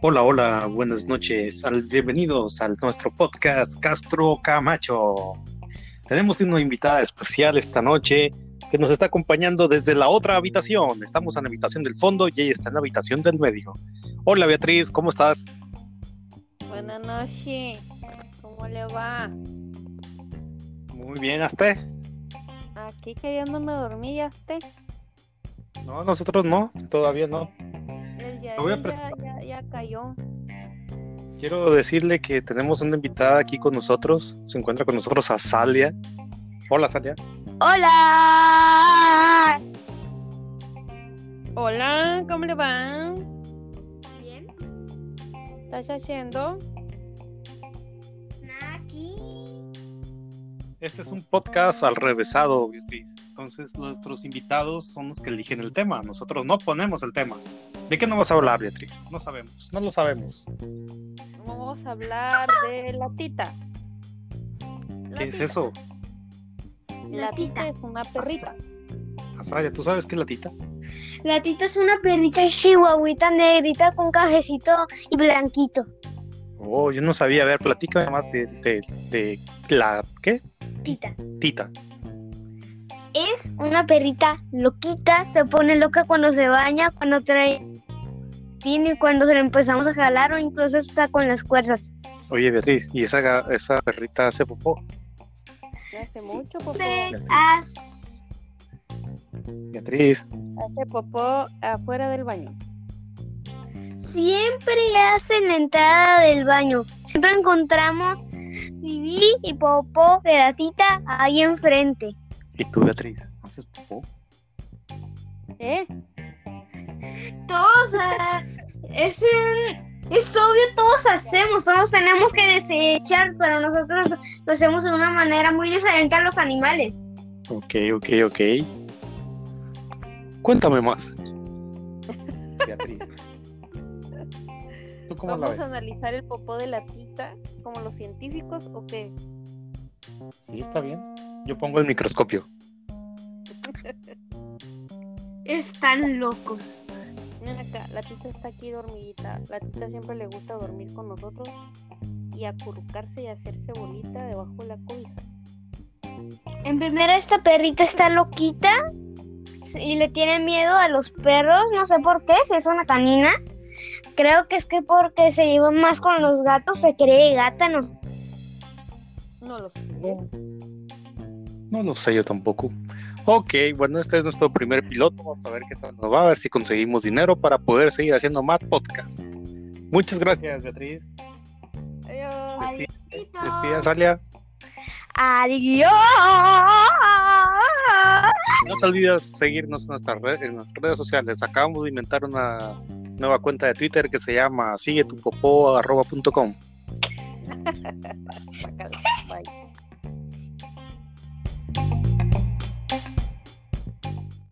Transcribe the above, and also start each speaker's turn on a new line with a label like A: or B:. A: Hola, hola, buenas noches. Al, bienvenidos al nuestro podcast Castro Camacho. Tenemos una invitada especial esta noche que nos está acompañando desde la otra habitación. Estamos en la habitación del fondo y ella está en la habitación del medio. Hola Beatriz, ¿cómo estás?
B: Buenas noches. ¿Cómo le va?
A: Muy bien, ¿hasta?
B: Aquí queriéndome dormir, ya esté.
A: No, nosotros no, todavía no.
B: El
A: Te voy a
B: Yael ya, ya, ya cayó.
A: Quiero decirle que tenemos una invitada aquí con nosotros. Se encuentra con nosotros Azalia. Hola, Azalia.
C: Hola.
B: Hola, ¿cómo le va?
C: Bien.
B: ¿Estás haciendo?
C: Nada aquí.
A: Este es un podcast al revésado, Beatriz. Entonces, nuestros invitados son los que eligen el tema. Nosotros no ponemos el tema. ¿De qué no vas a hablar, Beatriz? No sabemos. No lo sabemos.
B: Vamos a hablar de la tita.
A: ¿Qué es eso?
B: La tita es una perrita.
A: Azalia, ¿tú sabes qué es la tita?
C: La tita es una perrita chihuahuita negrita con cajecito y blanquito.
A: Oh, yo no sabía. A ver, platícame más de, de- de la. ¿Qué?
C: Tita.
A: Tita.
C: Es una perrita loquita, se pone loca cuando se baña, cuando trae tiene cuando se la empezamos a jalar o incluso está con las cuerdas.
A: Oye, Beatriz, ¿y esa, esa perrita hace popó?
B: Ya hace mucho popó.
C: As-
A: Beatriz.
B: Hace popó afuera del baño.
C: Siempre hace en la entrada del baño. Siempre encontramos Vivi y Popó de la tita ahí enfrente.
A: ¿Y tú, Beatriz? ¿Haces popó?
B: ¿Eh?
C: todos ah, es, el- es obvio todos hacemos todos tenemos que desechar pero nosotros lo hacemos de una manera muy diferente a los animales
A: Ok, ok, ok. Cuéntame más. Beatriz. ¿Tú cómo
B: ¿Vamos
A: la
B: a
A: ves?
B: analizar el popó de la tita como los científicos o qué?
A: Sí, está bien. Yo pongo el microscopio.
C: están locos
B: Miren acá, la tita está aquí dormidita. La tita siempre le gusta dormir con nosotros y acurrucarse y hacerse bolita debajo de la cobija.
C: en primera esta perrita está loquita y le tiene miedo a los perros no sé por qué si es una canina creo que es que porque se lleva más con los gatos se cree gata no
B: No lo sé.
A: No lo sé yo tampoco. Ok, bueno, este es nuestro primer piloto. Vamos a ver qué tal nos va, a ver si conseguimos dinero para poder seguir haciendo más podcast. Muchas gracias, Beatriz.
B: Adiós.
A: Despida, Salia.
C: adiós
A: No te olvides seguirnos en nuestras, red- en nuestras redes sociales. Acabamos de inventar una nueva cuenta de Twitter que se llama sigue tu popó arroba punto com.
B: Guácala. Bye.